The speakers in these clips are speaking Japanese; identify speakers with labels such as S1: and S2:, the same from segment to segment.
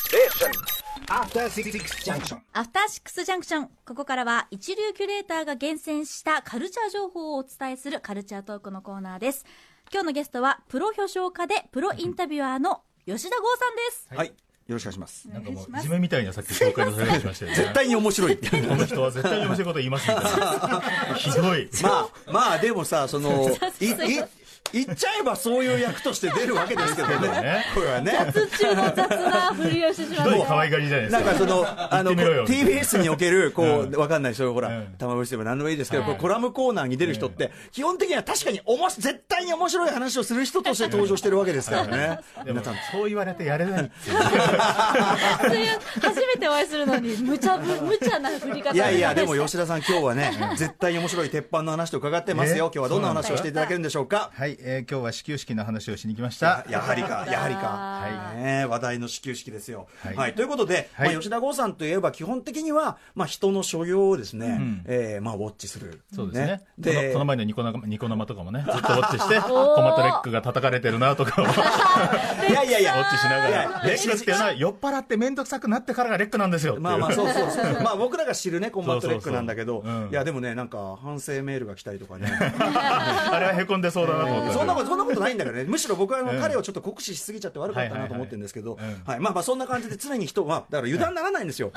S1: Station.
S2: After Six Junction.
S3: アフターシックスジャンクション。ここからは一流キュレーターが厳選したカルチャー情報をお伝えするカルチャートークのコーナーです。今日のゲストは、プロ表彰家でプロインタビュアーの吉田剛さんです。
S4: はい、よろしくお願いします。
S3: お
S5: なんか
S3: 願い
S5: も
S3: し
S5: う、
S3: ま
S5: い
S3: す
S5: じ。めみたいなさっき紹介のされ方しましたよね。
S4: 絶対に面白い。
S5: この人は絶対に面白いこと言いますみたいな。ひどい。
S4: まあ、まあ、でもさ、その、い、い、言っちゃえばそういう役として出るわけですけどね
S5: ね。
S4: これはね。
S3: 雑中の雑なふりをしてしま
S5: ひ
S3: っ
S5: どい
S3: た。
S5: 可愛がりじゃないです
S4: なん
S5: か。
S4: かその、あの、
S5: 言ってみろよ
S4: TBS における、こ
S5: うん
S4: う、わかんない、そういうほ
S5: う
S4: ら
S5: ん、
S4: 玉虫でも何でもいいですけど、
S3: はい
S4: こうコラムコーナーに出る人って、基本的には確かにおもし、絶対に面白い話をする人として登場してるわけですから ね。
S5: でも
S4: 皆さん、
S5: そう言われてやれないっていう。
S3: そういう初めてお会いするのに、無茶ぶ、無茶な振り方を
S4: いやいや、でも
S3: し
S4: 吉田さん、今日はね、絶対に面白い鉄板の話と伺ってますよ。今
S5: ね
S4: 日はどんな話をしていただけるんでしょうか。
S5: はい、えー今日は始球式の話をしに来ました。
S4: やはりか、やはりか
S3: は、
S4: ねえ話題の始球式ですよ。は、
S5: はいい
S4: ということで、
S5: はい
S4: まあ、吉田剛さんといえば、基本的には、まあ、人の所業をですね、えーまあ、ウォッチする。
S5: そうですね。この
S4: で
S5: この前のニコ生ニコ生とかもね、ずっとウォッチして、コマトレックが叩かれてるなとかを ウォ ッ
S4: いやいやいや、
S5: チしなが
S4: いや
S5: ら、レックっていうのは酔っ払って面倒くさくなってからがレックなんですよっていう。
S4: まあまあそうそう そうまあ僕らが知るねコンバットレックなんだけど
S5: そうそうそううん
S4: いやでもねなんか反省メールが来たりとかね
S5: あれはへこんでそうだなと思ったけど。
S4: そんなことそんなことないんだけどねむしろ僕はあの
S5: うん
S4: 彼をちょっと酷使しすぎちゃって悪かったなと思ってるんですけど
S5: はいはいはいうん
S4: はいまあまあそんな感じで常に人はだから油断ならないんですよ
S5: ん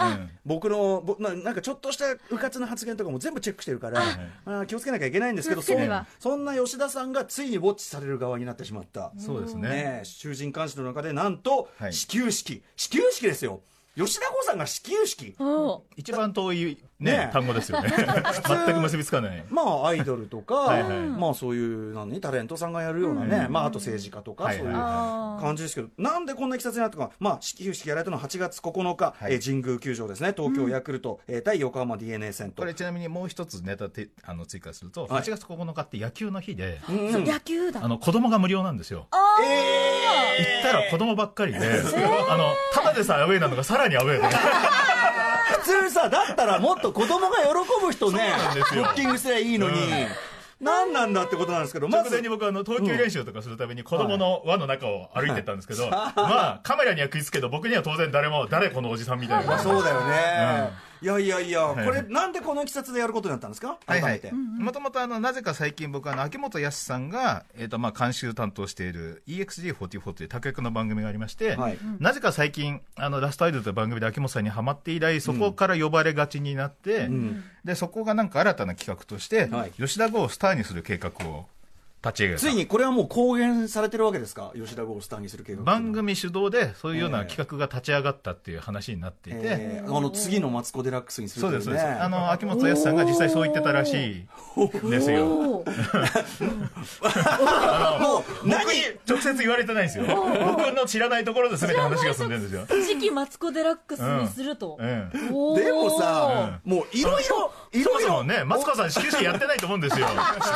S4: 僕のぼななんかちょっとしたうかつな発言とかも全部チェックしてるからあー気をつけなきゃいけないんですけど
S3: 気をつ
S4: そ
S3: け
S4: う
S3: ては
S4: そんな吉田さんがついにウォッチされる側になってしまった
S5: そうですね。
S4: ねえ、囚人監視の中でなんと
S5: はい
S4: 始球式始球式ですよ吉田剛さんが始球式
S3: た。お
S5: 一番遠い
S4: ね
S5: ね、単語で すよね。全く結びつかない。
S4: まあアイドルとか
S5: はいはい
S4: まあそういう何タレントさんがやるようなね、まああと政治家とか、
S5: はい
S4: そ
S5: はいう
S4: いう
S3: あ
S4: 感じですけど、なんでこんな経きさつになったか、まあ始球式やられたのは8月9日、
S5: はい
S4: えー神宮球場ですね、東京ヤクルト、えー対横浜 d n a 戦と
S5: こ。れちなみにもう一つネタてあの追加すると、
S4: はい
S5: 8月9日って野球の日で、
S3: ーそう野球だ。
S5: あの子供が無料なんですよ。
S4: え
S5: 行ったら子供ばっかりで、あのただでさえアウェイなのがさらにアウェイで、
S4: ー普通さ、だったらもっと子供が喜ぶ人ね
S5: なんです、
S4: ブ
S5: よ
S4: ッキングすりゃいいのに、なん、なんだってことなんですけど、ま
S5: 直
S4: ず
S5: 前に僕あの投球練習とかするために子供の輪の中を歩いてったんですけど、まあカメラには食いつくけど僕には当然誰も誰このおじさんみたいな。
S4: まあそうだよね、いやいやいや、
S5: い
S4: これ、なんでこの経きさつでやることになったんですか、
S5: は
S4: 改
S5: いは
S4: め
S5: い
S4: て。、
S5: もともとあのなぜか最近僕はあの秋元康さんが、えーとまあ、監修担当している EXG44 という他局の番組がありまして、
S4: はい
S5: なぜか最近あのラストアイドルという番組で秋元さんにはまって以来そこから呼ばれがちになって、でそこがなんか新たな企画として、
S4: はい
S5: 吉田剛をスターにする計画を立ち上げた
S4: ついにこれはもう公言されてるわけですか、吉田剛をスターにする計画
S5: 番組主導でそういうような企画が立ち上がったっていう話になっていて、
S4: えーあの次のマツコ・デラックスにする
S5: そう
S4: とい
S5: で
S4: ね
S5: すそうですあの秋元康さんが実際そう言ってたらしいですよ。
S3: おー
S4: もう何
S5: 僕に直接言われてないん ですよ僕の知らないところで全て話が進んでるんですよ、
S3: 次期マツコ・デラックスにすると。
S5: ええ
S3: おー
S4: でもさ、もういろいろい
S5: そも
S4: ろい
S5: そも
S4: ろ
S5: ねマツコさん始球式やってないと思うん ですよ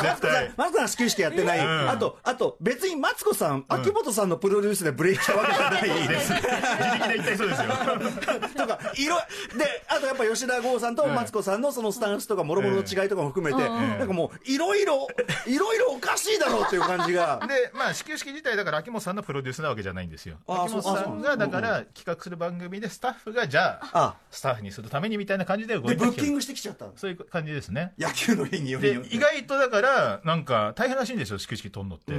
S5: 絶対
S4: マツコさん始球式やってない、
S5: ん
S4: あとあと別にマツコさん、秋元さんのプロデュースでブレイクしたわけじゃ ない
S5: です自力で言ったそう です
S4: と
S5: よ
S4: かいろであとやっぱ吉田剛さんとマツコさんのそのスタンスとかもろもろの違いとかも含めて、なんかもういろいろいろいろおかしいだろうっていう感じが
S5: でまあ始球式自体だから秋元さんのプロデュースなわけじゃないんですよ
S4: あー
S5: 秋元さ
S4: そうそ
S5: ん
S4: うそう
S5: がだから企画する番組でスタッフがじゃあ
S4: あ
S5: スタッフにするためにみたいな感じで動
S4: で
S5: いて
S4: ブッ
S5: きて
S4: キン
S5: る
S4: グしてきちゃった
S5: そういう感じですね
S4: 野球の日によりに
S5: で
S4: よって
S5: 意外とだからなんか大変らしいんですよ始球式取んのって、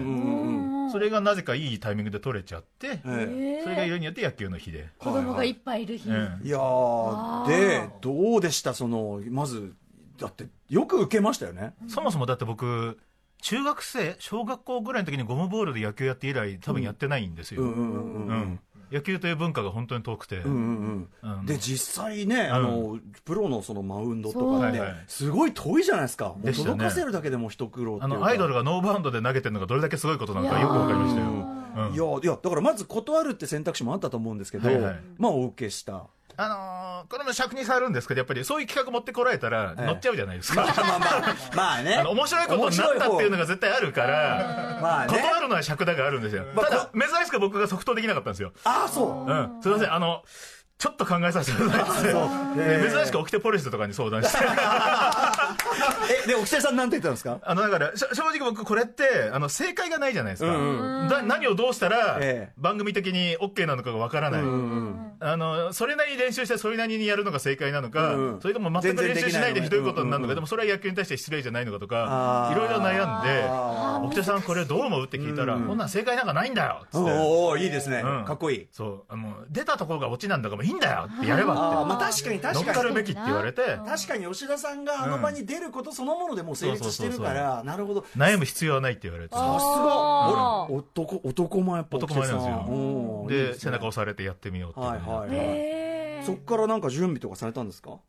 S5: それがなぜかいいタイミングで取れちゃって、
S4: ええ
S3: えー
S5: それが色によって野球の日で、
S3: 子供がいっぱいいる日。
S5: ええ
S4: いやーでどうでしたそのまずだってよく受けましたよね
S5: そもそもだって僕中学生小学校ぐらいの時にゴムボールで野球やって以来多分やってないんですよ、
S4: うんうんうん
S5: うん野球という文化が本当に遠くて、
S4: うんうん
S5: うん
S4: で実際ね、あのプロのそのマウンドとかって、
S5: そうはいはい
S4: すごい遠いじゃないですか、もう
S5: でしたね
S4: 届かせるだけでも一苦労って
S5: あ
S4: いうか
S5: のアイドルがノーバウンドで投げてるのがどれだけすごいことなのかよくわかりましたよ、うん
S4: いやいやだからまず断るって選択肢もあったと思うんですけど、
S5: はいはい
S4: まあお受けした、
S5: あのーこれも尺に触るんですけどやっぱりそういう企画持ってこられたら
S4: ええ
S5: 乗っちゃうじゃないですか、
S4: まあまあまあね
S5: あの面白いことになったっていうの
S4: が
S5: が絶対あるから、
S4: まあね
S5: 断るのは尺だがあるんですよ、
S4: まあ
S5: ただ珍しく僕が即答できなかったんですよ
S4: ああそう
S5: うん、すみません、あの、ちょっと考えさせてくださいってで珍しく起きてポリスとかに相談して。
S4: え、で、おきてさんなんて言ったんですか
S5: あの、だから、しょ正直僕これって、あの、正解がないじゃないですか。だ何をどうしたら
S4: ええ、
S5: 番組的に OK なのかがわからない。あの、それなりに練習して、それなりにやるのが正解なのか、
S4: うん
S5: それとも全
S4: 全
S5: く
S4: 然
S5: 練習しない
S4: できないの
S5: で
S4: ね
S5: ひどいことになるのか、でもそれは野球に対して失礼じゃないのかと
S4: あ
S5: か、
S4: ー
S5: いろいろ悩んで、
S4: あ
S5: 奥手さんこれどう思うって聞いたら、こんなん正解なんかないんだよっ
S4: ー
S5: つって。
S4: おー、いいですね。
S5: うん
S4: かっこいい。
S5: そう、あの、出たところがオチなんだからもういいんだよってやれば
S4: あー
S5: っ
S4: まあ確かに
S5: て、乗っ
S4: 確
S5: か
S4: か
S5: る
S4: に。
S5: べきって言われて、
S4: 確かに吉田さんがあの場に出ることそのものでもう成立してるか
S5: そうそう
S4: ら、なるほど。
S5: 悩む必要はないって言われて。
S4: さすが
S3: あー
S4: 俺男、男前やっぱ
S5: 男前なんですよ
S4: おーいい
S5: で、
S4: す
S5: 背
S4: ね
S5: 中押されてやってみようっていう
S4: はいはいはい。
S3: へー
S4: そっからなんか準備とかされたんですか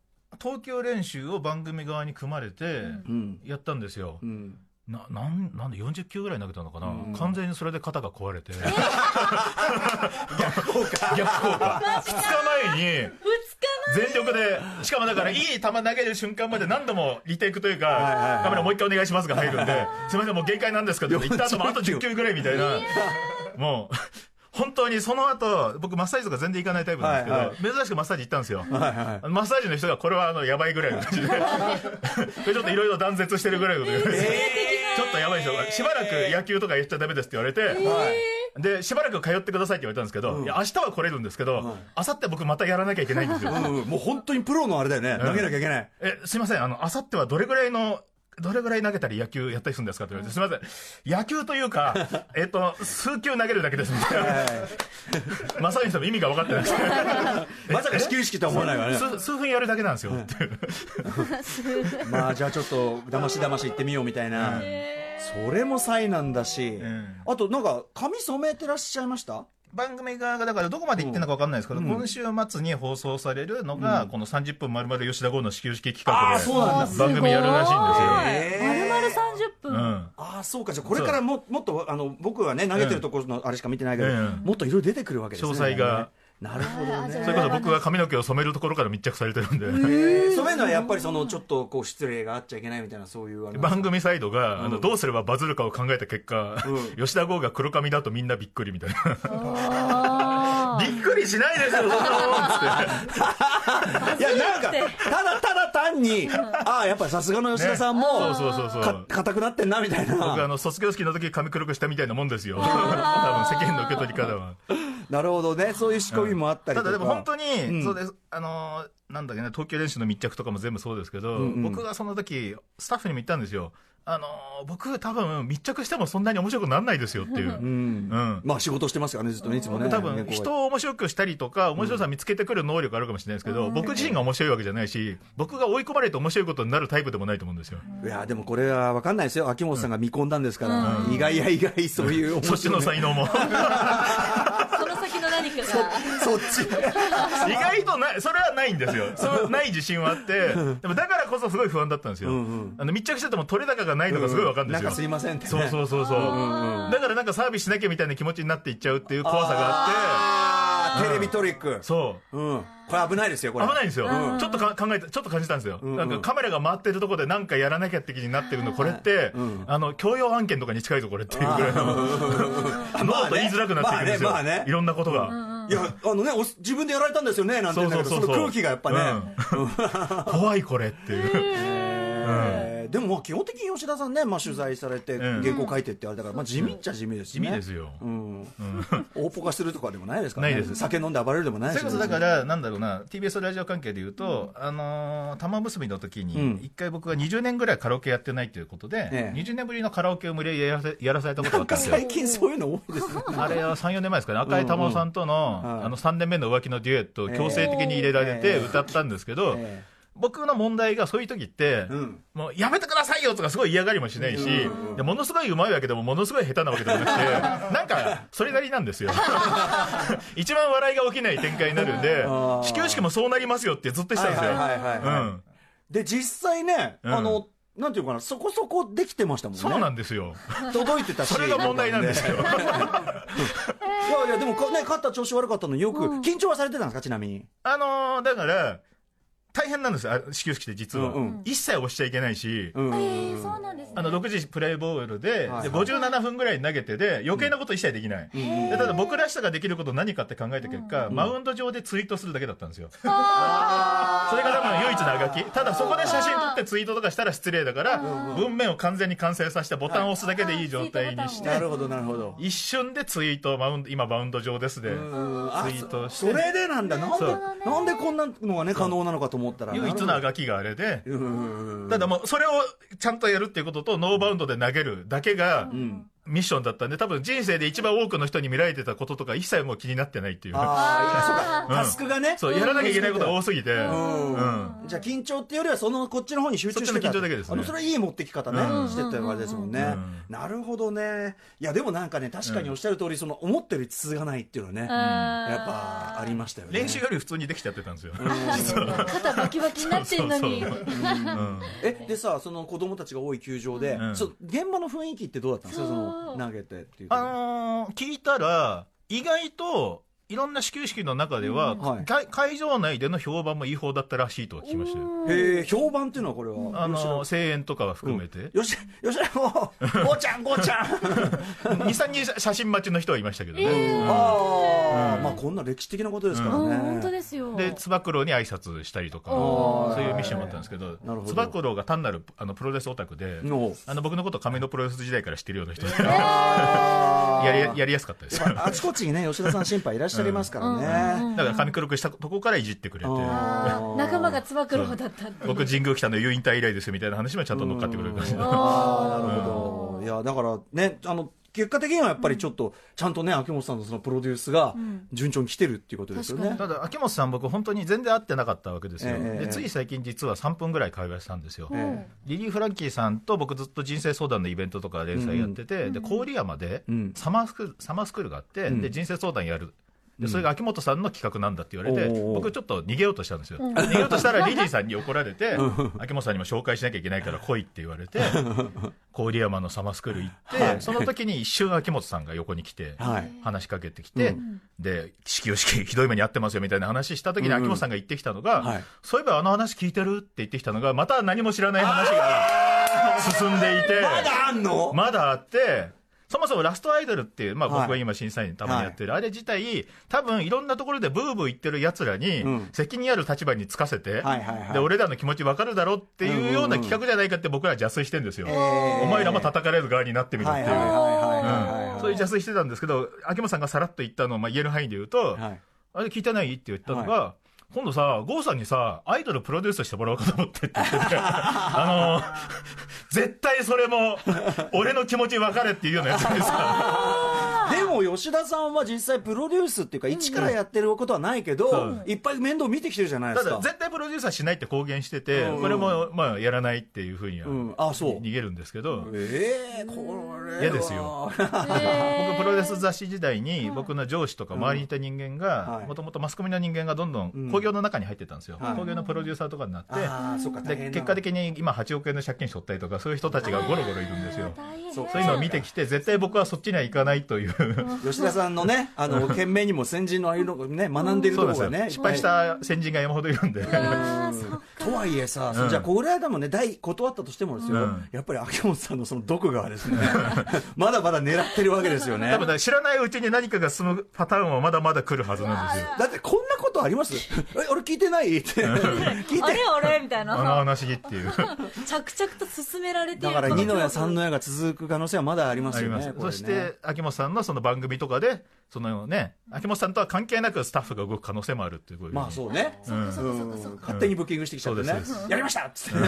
S5: 東京練習を番組側に組まれて
S4: うん。
S5: やったんですよ、
S4: うん。
S5: ななんなんで40球ぐらい投げたのかな、
S4: うん
S5: 完全にそれで肩が壊れて
S4: 逆効果。
S5: 逆効果2日前に
S3: ぶつか
S5: 全力でしかもだからいい球投げる瞬間まで何度もリテイクというか、
S4: いはいはい
S5: カメラもう一回お願いしますが入るんですみませんもう限界なんですけどって言った後もあと10球ぐらいみたいなもう本当にその後僕マッサージとか全然行かないタイプなんですけど、
S4: はいは
S5: 珍しくマッサージ行ったんですよ、
S4: はいはい。
S5: マッサージの人がこれはあのやばいぐらいの感 じでこれちょっといろいろ断絶してるぐらいのこと言われてちょっとやばいですよしばらく野球とか言っちゃダメですって言われて、でしばらく通ってくださいって言われたんですけど、いや明日は来れるんですけど、明後日僕またやらなきゃいけないんですよ
S4: うんうんもう本当にプロのあれだよね。投げなきゃいけない。
S5: えすいませんあの明後日はどれぐらいのどれぐらい投げたり野球やったりするんですかって言われて、すみません、野球とい うか、えっと、数球投げるだけですみたいな、まさに人も意味が分かってなくて、
S4: まさか始球式とは思わないわね。
S5: 数数分やるだけなんですよっていう
S4: まあじゃあちょっとだましだまし行ってみようみたいな、それも災難だし、
S5: ん
S4: あとなんか髪染めてらっしゃいました
S5: 番組側がだからどこまで行ってんのか分かんないですけど、今週末に放送されるのが、この30分まるまる吉田豪の始球式企
S4: あ
S5: 画
S4: あ
S5: で
S4: そうなんだ
S5: 番組やるらしいんですよ
S3: すごい丸々三十分、
S5: うん
S4: ああそうかじゃあこれからももっとあの僕はね投げてるところのあれしか見てないけど、
S5: ええ
S4: もっといろいろ出てくるわけですね
S5: 詳細が
S4: なるほど
S5: そ
S4: ね
S5: れこそ僕が髪の毛を染めるところから密着されてるんで、
S4: 染めるのはやっぱりそのちょっとこう失礼があっちゃいけないみたいなそういうあれ
S5: 番組サイドが、あのどうすればバズるかを考えた結果、
S4: うん
S5: 吉田豪が黒髪だとみんなびっくりみたいな
S3: あ
S5: びっくりしないですよそ んなもんっつって
S4: いやなんかただただ単にああやっぱりさすがの吉田さんも、
S5: そうそうそうそ
S4: か
S5: う
S4: 硬くなってんなみたい
S5: 僕あ
S4: な
S5: の卒業式の時髪黒くしたみたいなもんですよ多分世間の受け取り方は。
S4: なるほどねそういう仕込みもあったりと
S5: た
S4: か、
S5: だでも本当に、
S4: ん
S5: そうです、あのーなんだっけね、東京練習の密着とかも全部そうですけど、
S4: うん
S5: 僕がその時、スタッフにも言ったんですよ。あのー僕多分密着してもそんなに面白くならないですよっていう。
S4: う
S5: うんん。
S4: まあ仕事してますからね、ずっとね、いつもね。
S5: 多
S4: ね
S5: 分
S4: こう
S5: 人を面白くしたりとか面白さ見つけてくる能力あるかもしれないですけど、僕自身が面白いわけじゃないし僕が追い込まれて面白いことになるタイプでもないと思うんですよ、
S4: いや、でもこれは分かんないですよ。秋元さんが見込んだんですから、意外や意外、そういう面白い
S5: そっちの才能 も
S3: ーその先の何かが
S4: そっち。
S5: 意外とないそれはないんですよ そうない自信はあってでもだからこそすごい不安だったんですよ、あの密着してても取れ高がないのがすごい分かるんで
S4: なん
S5: すよ、
S4: かすいませんってね。。
S5: そうそううそうそう、だからなんかサービスしなきゃみたいな気持ちになっていっちゃうっていう怖さがあって
S4: あーテレビトリック。
S5: そう
S4: うん。これ危ないですよ、こ
S5: 危
S4: れ。
S5: ないんですよ、ちょっとか考えたちょっと感じたんですよ、なんかカメラが回ってるとこでなんかやらなきゃって気になってるのこれって、あの教養案件とかに近いぞこれっていうぐらいの ノーと言いづらくなっていくんですよ、
S4: まあねまあね
S5: いろんなことが、
S4: いや、あのね、お自分でやられたんですよね、なんて言うんだけど、その空気がやっぱね。
S5: うん怖いこれっていう
S4: えーでもまあ基本的に吉田さんね、まあ取材されて、
S5: うん
S4: 原稿書いてってあれだから、まあ地味っちゃ地味です
S5: 地
S4: ね。
S5: 味ですよ、
S4: うん。大ポカするとかでもないですからね。
S5: ないです
S4: 酒飲んで暴れるでもないし
S5: そ
S4: ね。
S5: れこそだから、なんだろうな、TBS ラジオ関係で言うと、あのー玉結びの時
S4: うん
S5: に、一回僕が20年ぐらいカラオケやってないということで、
S4: ええ
S5: 20年ぶりのカラオケを無理やりやらせやらされたことがあ
S4: な
S5: っ
S4: んか
S5: たんですよ
S4: 最。近そういうの多いですね。
S5: あれは3、4年前ですかね、赤井玉緒さんとの、
S4: うんうんはい
S5: あの3年目の浮気のデュエットを強制的に入れられ
S4: ええ
S5: て歌ったんですけど、
S4: え
S5: 僕の問題がそういう時って、
S4: うん
S5: もうやめてくださいよとかすごい嫌がりもしないし、
S4: うん
S5: でものすごい上手いわけでもものすごい下手なわけでもなくて、 なんかそれなりなんですよ。 一番笑いが起きない展開になるんで
S4: あー、
S5: 始球式もそうなりますよってずっと言ってたんですよ。
S4: はいはいはいはいはい
S5: うん
S4: で実際ね、
S5: うん
S4: あのなんていうかなそこそこできてましたもんね
S5: そうなんです よ。
S4: 届いてたし
S5: それが問題なんです
S4: い
S5: よ。
S4: やいやでもかね勝った調子悪かったのによく、緊張はされてたんですかちなみに
S5: あのーだから、大変なんですよあ始球式って実は、
S4: うんうん
S5: 一切押しちゃいけないし、
S4: うん
S3: えー、そうなんですね
S5: あの6時プレイボールで,、
S4: はい
S5: で57分ぐらいに投げてで余計なこと一切できない、でただ僕らしさができること何かって考えた結果、マウンド上でツイートするだけだったんですよ、それが多分唯一のあがきただそこで写真撮ってツイートとかしたら失礼だから文面を完全に完成させてボタンを押すだけでいい状態にして
S4: なるほどなるほど
S5: 一瞬でツイートマウンド今マウンド上ですで、
S4: うんあ
S5: ツイートして
S4: そそれでなんだなんで
S5: そう
S4: なんでこんなのがね可能なのかと思ったら
S5: 唯一の
S4: な
S5: あ
S4: る
S5: がきがあれで、
S4: ほどうん
S5: ただもうそれをちゃんとやるっていうこととノーバウンドで投げるだけがミッションだったんで多分人生で一番多くの人に見られてたこととか一切もう気になってないっていう
S4: ああそう
S5: うん
S4: かタスクがね
S5: そうやらなきゃいけないことが多すぎて、
S4: うん
S5: うん
S4: じゃあ緊張っていうよりはそのこっちの方に集中してた
S5: そっちの緊張だけですね
S4: あのそれいい持ってき方ね、
S5: うん
S4: してったあれですもんね、
S5: うん
S4: なるほどねいやでもなんかね確かにおっしゃる通りその思ったより続かないっていうのはね、やっぱありましたよね
S5: 練習より普通にできちゃってたんですよ、
S3: 肩バキバキになってんのに
S5: そうそううん
S4: えでさその子供たちが多い球場で、
S5: うん
S4: そ現場の雰囲気ってどうだったんですかそ
S3: そ
S4: の
S3: う
S4: 投げてっていう
S5: あのー聞いたら、意外といろんな始球式の中では、
S4: んはい
S5: が会場内での評判も違法だったらしいとは聞きましたよ。
S4: へえ評判っていうのはこれは
S5: あのー声援とかは含めて、
S4: よしよしもうゴーちゃんゴーちゃん
S5: 2、3人写真待ちの人はいましたけどね、
S4: ああまあこんな歴史的なことですからね、
S3: 本当ですよ
S5: でつば九郎に挨拶したりとか、
S4: おー
S5: そういうミッションもあったんですけど
S4: なるほ、ど
S5: つば九郎が単なるあのプロレスオタクで、
S4: の
S5: あの僕のこと、亀のプロレス時代から知ってるような人で、
S4: あー
S5: やりやりやすかったです。
S4: まああちこちにね、吉田さん心配いらっしゃいますからね。
S5: だから髪黒くしたとこからいじってくれて、
S3: あー 仲間がつば九郎だったっていう
S5: 僕、神宮来たの誘引退以来ですよみたいな話もちゃんと乗っかってくれる感じで。
S4: あーなるほど。いや、だからね、あの、結果的にはやっぱりちょっと、ちゃんとね、秋元さんのそのプロデュースが順調に来てるっていうことですよね。
S5: ただ秋元さん僕本当に全然会ってなかったわけですよ、
S4: ええ
S5: でつい最近実は3分ぐらい会話したんですよ、
S4: え
S5: リリー・フランキーさんと僕ずっと人生相談のイベントとか連載やってて、で郡山で
S4: うん
S5: サマースクールサマースクールがあって、で人生相談やるでそれが秋元さんの企画なんだって言われて、
S4: おうおう
S5: 僕ちょっと逃げようとしたんですよ、逃げようとしたらリリーさんに怒られて、 秋元さんにも紹介しなきゃいけないから来いって言われ て郡山のサマースクール行って、
S4: はい
S5: その時に一瞬秋元さんが横に来て、
S4: はい。
S5: 話しかけてきて、で、始球式 ひどい目に遭ってますよみたいな話した時に秋元さんが言ってきたのが、
S4: はい
S5: そういえばあの話聞いてるって言ってきたのが、また何も知らない話が進んでいて、
S4: まだあんの
S5: まだあって、そもそもラストアイドルっていう、まあ
S4: はい
S5: 僕が今審査員たまにやってる、あれ自体、多分いろんなところでブーブー言ってる奴らに
S4: ん、
S5: 責任ある立場につかせて、
S4: はいはいはい
S5: で、俺らの気持ちわかるだろっていうような企画じゃないかって僕らは邪推してんですよ。お前らも叩かれる側になってみるっ
S4: は
S5: てい。
S4: いうはいはいはいはいはい。
S5: そういう邪推してたんですけど、秋元さんがさらっと言ったのを、まあ、言える範囲で言うと、
S4: はい
S5: あれ聞いてないって言ったのが、今度さ、郷さんにさ、アイドルプロデュースしてもらおうかと思ってって言っ てて、あの絶対それも、俺の気持ち分かれっていうようなやつ でさ、
S4: でも吉田さんは実際プロデュースっていうか一からやってることはないけど、いっぱい面倒見てきてるじゃないで
S5: た
S4: すか
S5: だ、。絶対プロデューサーしないって公言してて、これも、まあ、やらないっていうふうには、
S4: うん、あ、そう。
S5: 逃げるんですけど、
S4: ええこれは
S5: 嫌ですよ。 僕プロレス雑誌時代に僕の上司とか周りにいた人間
S4: は
S5: が
S4: い
S5: もともとマスコミの人間がどんどん工業の中に入ってたんですよ、工業のプロデューサーとかになって
S4: ああ、そうか、大変
S5: で
S4: だ
S5: 結果的に今8億円の借金しとったりとかそういう人たちがゴロゴロいるんですよ
S3: 大変
S5: そういうのを見てきて絶対僕はそっちには行かないという
S4: 吉田さんのね、あの、懸命にも先人のああいうのがね、学んでいる
S5: そ
S4: と
S5: う
S4: こ
S5: な
S4: ろが
S5: んです
S4: ね。
S5: よ失敗し
S4: いっぱ
S5: た先人が山ほどいるんで
S3: あーそう
S4: い。とはいえさ、
S5: うん
S4: じゃあ、小倉でもね、第断ったとしてもですよ、
S5: うん
S4: やっぱり秋元さんのその毒がですね、まだまだ狙ってるわけですよね。
S5: 多分ね知らないうちに何かが進むパターンはまだまだ来るはずなんですよ
S4: だって、こんなことあります え、俺聞いてない って。聞い
S3: あ
S4: て。
S3: れあれみたい
S5: あの
S3: な
S5: 話っ ていう
S3: 着々と進められている
S4: だから、
S3: この
S4: 二の矢三の矢が続く可能性はまだありま
S5: あ
S4: す
S5: り
S4: よ
S5: ま
S4: ね。
S5: す
S4: これね
S5: そして、秋元さんのその番組とかでそのね秋元さんとは関係なくスタッフが動く可能性もあるっていうこういう
S4: まあそうね。うん勝手にブッキングしてきちゃってね
S5: そうですそうで。
S4: やりました っつって。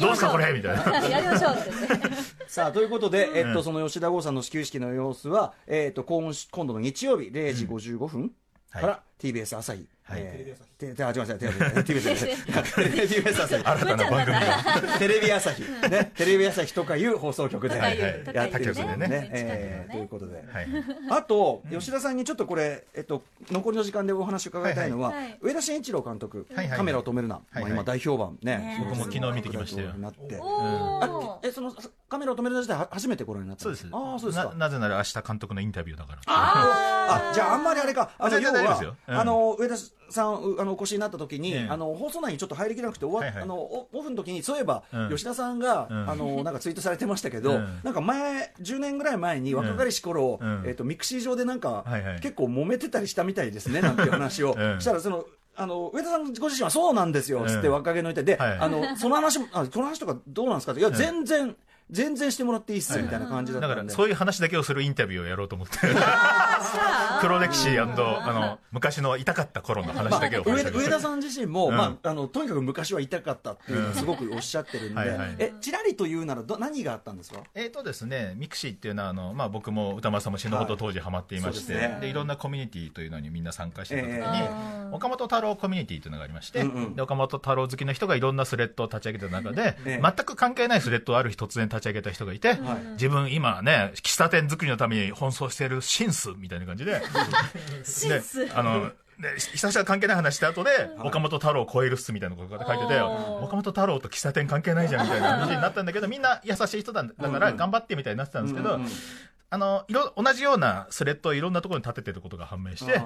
S5: どうすかこれみ たいな
S3: やりましょうってね
S4: さあということで、えっと、その吉田剛さんの始球式の様子は、えっと、今週今度の日曜日0時55分か
S5: はい
S4: ら TBS 朝日。
S5: はい
S4: えーててあ違う違う違う違う TBS ですね TBS 朝日。
S5: 新たな番組が
S4: テレビ朝 日。ね。 テレビ朝日とかいう放送局で。
S3: 高い
S5: は
S3: よ
S5: い
S4: や
S3: 高
S4: っ
S3: い
S4: てる
S5: 他
S4: んで
S5: 局
S4: す
S5: で
S4: ね
S5: ね
S3: ね
S4: えーということで、
S5: はい
S4: あと、吉田さんにちょっとこれ、えっと、残りの時間でお話伺いたいのは、
S3: はいはい
S4: 上田慎一郎監督、
S5: はいはい
S4: カメラを止めるな、
S5: はいはい
S4: まあ、今、大評判ね、
S5: 僕も昨日見てきましたよ
S4: になって、
S3: お
S4: あ
S3: ー
S4: えそのカメラを止めるの自体は初めてご覧になった
S5: そうです
S4: ああそうですか
S5: ななぜなら明日監督のインタビューだから
S4: あじゃああんまりあれかあの
S5: 全然
S4: 要
S5: 大丈夫です
S4: は
S5: ようん
S4: あの上田さんうあのお越しになった時に、
S5: ええ
S4: あの放送内にちょっと入りきなくて終わっ、
S5: はいはい
S4: あのオオフの時にそういえば、
S5: うん
S4: 吉田さんが、
S5: うん
S4: あ のなんかツイートされてましたけど、
S5: うん
S4: なんか前10年ぐらい前に若かりし頃、
S5: うん
S4: えっとミクシー上でなんか、
S5: はいはい
S4: 結構揉めてたりしたみたい ですねなんていう話を、
S5: うん
S4: したらその。あの上田さんご自身はそうなんですよ、
S5: うん
S4: つって若気のいて、で、
S5: はい
S4: あのその話もあ、この話とかどうなんですかって、いや、全然、全然してもらっていいっす、みたいな感じだっ
S5: だ
S4: た
S5: か
S4: ん
S5: ら
S4: で、
S5: そういう話だけをするインタビューをやろうと 思って黒歴史あの昔の痛かった頃の話だけを
S4: 上田上田さん自身も、
S5: うん
S4: まあ、あのとにかく昔は痛かったっていうのをすごくおっしゃってるんで、
S5: はいはい
S4: えちらりと言うならど何があったんですか
S5: えーとですね、ミクシーっていうのはあの、まあ、僕も歌丸さんも死ぬほど当時ハマっていまして、
S4: はい
S5: い
S4: そう
S5: で
S4: ですね
S5: いろんなコミュニティというのにみんな参加してた時に、
S4: え
S3: え
S5: 岡本太郎コミュニティというのがありまして、
S4: うんうん
S5: で岡本太郎好きの人がいろんなスレッドを立ち上げた中で、
S4: ええ
S5: 全く関係ないスレッドをある日突然立ち上げた人がいて、
S4: はい
S5: 自分今ね喫茶店作りのために奔走しているシンスみたいな感じで。
S3: シンス
S5: であので久々に関係ない話した後で、岡本太郎を超えるっすみたいなことが書いてて、
S3: おー
S5: 岡本太郎と喫茶店関係ないじゃんみたいな感じになったんだけど、みんな優しい人だだから頑張ってみたいになってたんですけど、
S4: うんうん
S5: あの、いろ、同じようなスレッドをいろんなところに立ててることが判明して、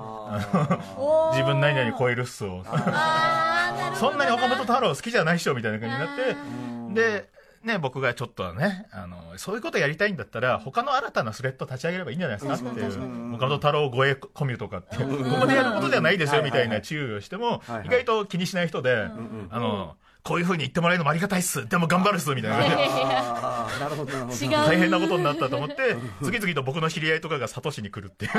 S4: あ
S3: おー
S5: 自分何々超えるっすを。
S3: あーなるほ
S5: そ
S3: ど
S5: んなに岡本太郎好きじゃないっしょみたいな感じにな
S4: ーうん
S5: って、で、ね、僕がちょっとね、あの、そういうことやりたいんだったら、他の新たなスレッド立ち上げればいいんじゃないですかっていう
S4: うんうんうん、
S5: 岡本太郎超えコミュとかって、ここでやることじゃないですよ
S4: うん
S5: みたいな注意をしても
S4: はいはい、
S5: 意外と気にしない人で、
S4: ん
S5: あの、こういうふうに言ってもらえるのもありがたいっす。でも頑張るっす。 みたいな感じで。
S4: あーなるほどなるほど
S3: 違う
S5: 大変なことになったと思って、次々と僕の知り合いとかがサトシに来るっていう。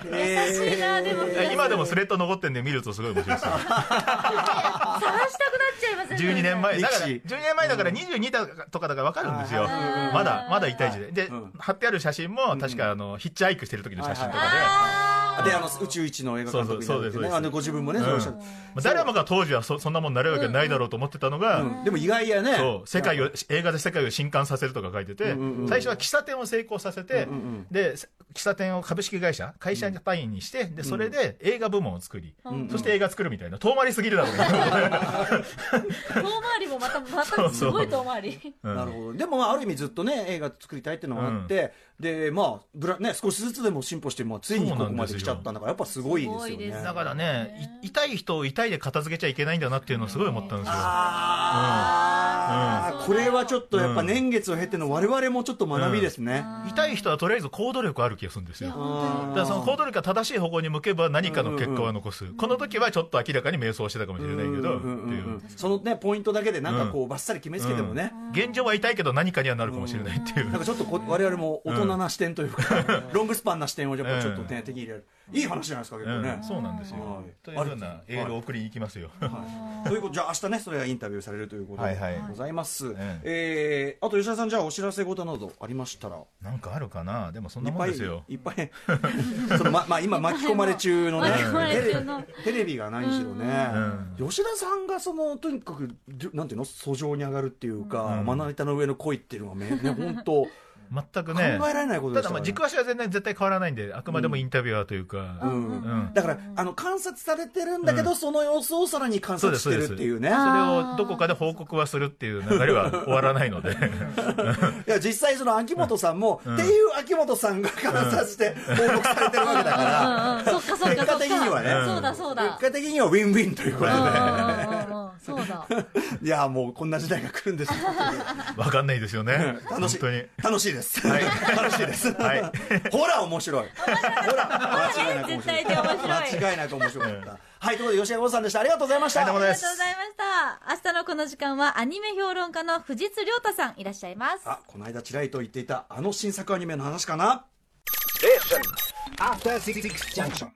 S3: 優しいなでもそれ
S5: 今でもスレッド残ってんで見るとすごい面白いですよ。
S3: 探したくなっちゃいますね
S5: 12年前。だから、
S4: 力士
S5: 12年前だから22だとかだから分かるんですよ。
S3: はい
S5: まだ、まだ痛い時代。で
S4: うん、
S5: 貼ってある写真も、確かあの、ヒッチハイクしてる時の写真とかで
S4: はい
S5: ま
S3: あー
S4: であの宇宙一の映画監督にな
S5: そうそうそ
S4: る
S5: うで
S4: ってね
S5: すそうです
S4: あのご自分もね、
S5: うん
S4: そうおっしゃって
S5: あ。誰もが当時はそそんなもんなれるわけないだろうと思ってたのが、
S4: うんでも意外やね
S5: そう世界を映画で世界を震撼させるとか書いてて、
S4: うんうんうん
S5: 最初は喫茶店を成功させて、
S4: うんうん
S5: で喫茶店を株式会社会社単位にして、でそれで映画部門を作り、
S4: うん
S5: そして映画作るみたいな遠回りすぎるだろうね
S3: 遠回りもまたまたすごい遠回り
S5: うん
S4: なるほどでもまあある意味ずっとね映画作りたいっていうのがあって、でまあブラ、ね、少しずつでも進歩して、まあ、ついにここまで来ちゃったんだからやっぱすごいです
S3: す
S4: よ
S3: ごいで
S4: ね
S3: すね
S5: だからねい痛い人を痛いで片付けちゃいけないんだなっていうのをすごい思ったんですよ
S4: あー
S3: うん
S4: これはちょっとやっぱ年月を経ての我々もちょっと学びですね。
S5: 痛い人はとりあえず行動力ある気がするんですよ
S4: あ
S5: だ
S4: ー
S5: からその行動力が正しい方向に向けば何かの結果は残す、この時はちょっと明らかに迷走してたかもしれない
S4: う
S5: けど、
S4: んうんうんうん
S5: っていう
S4: そのねポイントだけでなんかこうバッサリ決めつけてもね、
S5: 現状は痛いけど何かにはなるかもしれないっていう、
S4: なんかちょっとこ我々も大人な視点というか、 ロングスパンな視点をやっぱちょっとね、
S5: う
S4: 手に入れるいい話じゃないですか結構ね
S5: う。ん、そうなんですよ、
S4: はい
S5: というようなエールを送りに行きますよ、
S4: ということじゃあ明日ねそれがインタビューされるということ
S5: は
S4: で
S5: いはい
S4: ございます。
S5: え
S4: えーあと吉田さんじゃあお知らせ事などありましたら。
S5: なんかあるかなでもそん
S4: い
S5: な
S4: っ
S5: も
S4: ぱ
S5: ん
S4: い
S5: ですよ
S4: いっぱい そのままあ今巻き込まれ中 のね
S3: 巻き込まれ中の
S4: テレテレビが何しろね、吉田さんがそのとにかくりょなんていうの訴状に上がるっていうか、
S5: うん
S4: まな板の上の恋っていうのがめね本当考
S5: 全く
S4: え
S5: ね
S4: られないことで
S5: た
S4: したから
S5: だまあ
S4: ね
S5: 軸足は全然絶対変わらないんであくまでもインタビュアーというか、
S4: うん
S5: うん
S4: だからあの観察されてるんだけど、
S5: う
S4: その様子をさらに観察してるっていうね
S5: それをどこかで報告はするっていう流れは終わらないので
S4: いや実際その秋元さんも、っていう秋元さんが観察して報告されてるわけだから、
S3: うんうんそっかそっかそっか
S4: 結果的にはね
S3: そうだそうだ
S4: 結果的にはウィンウィンということで、
S3: うんうんうんうんそうだ
S4: いやもうこんな時代が来るんですよ
S5: わかんないですよね本
S4: 楽しい
S5: 当に。
S4: 楽しいです。 楽しいです。
S5: はい
S4: ほら、面白い。ほら、間違いなく面
S3: 絶対
S4: 白い。
S3: で面白い
S4: 間違いなく面白かった。はい、ということで、吉田剛さんでした。ありがとうございました。
S5: ありがとうござい
S3: あり
S5: ま
S3: がとうございました。明日のこの時間はアニメ評論家の藤津亮太さんいらっしゃいます。
S4: あ、この間、ちらりと言っていた、あの新作アニメの話かな
S2: After Six Junction.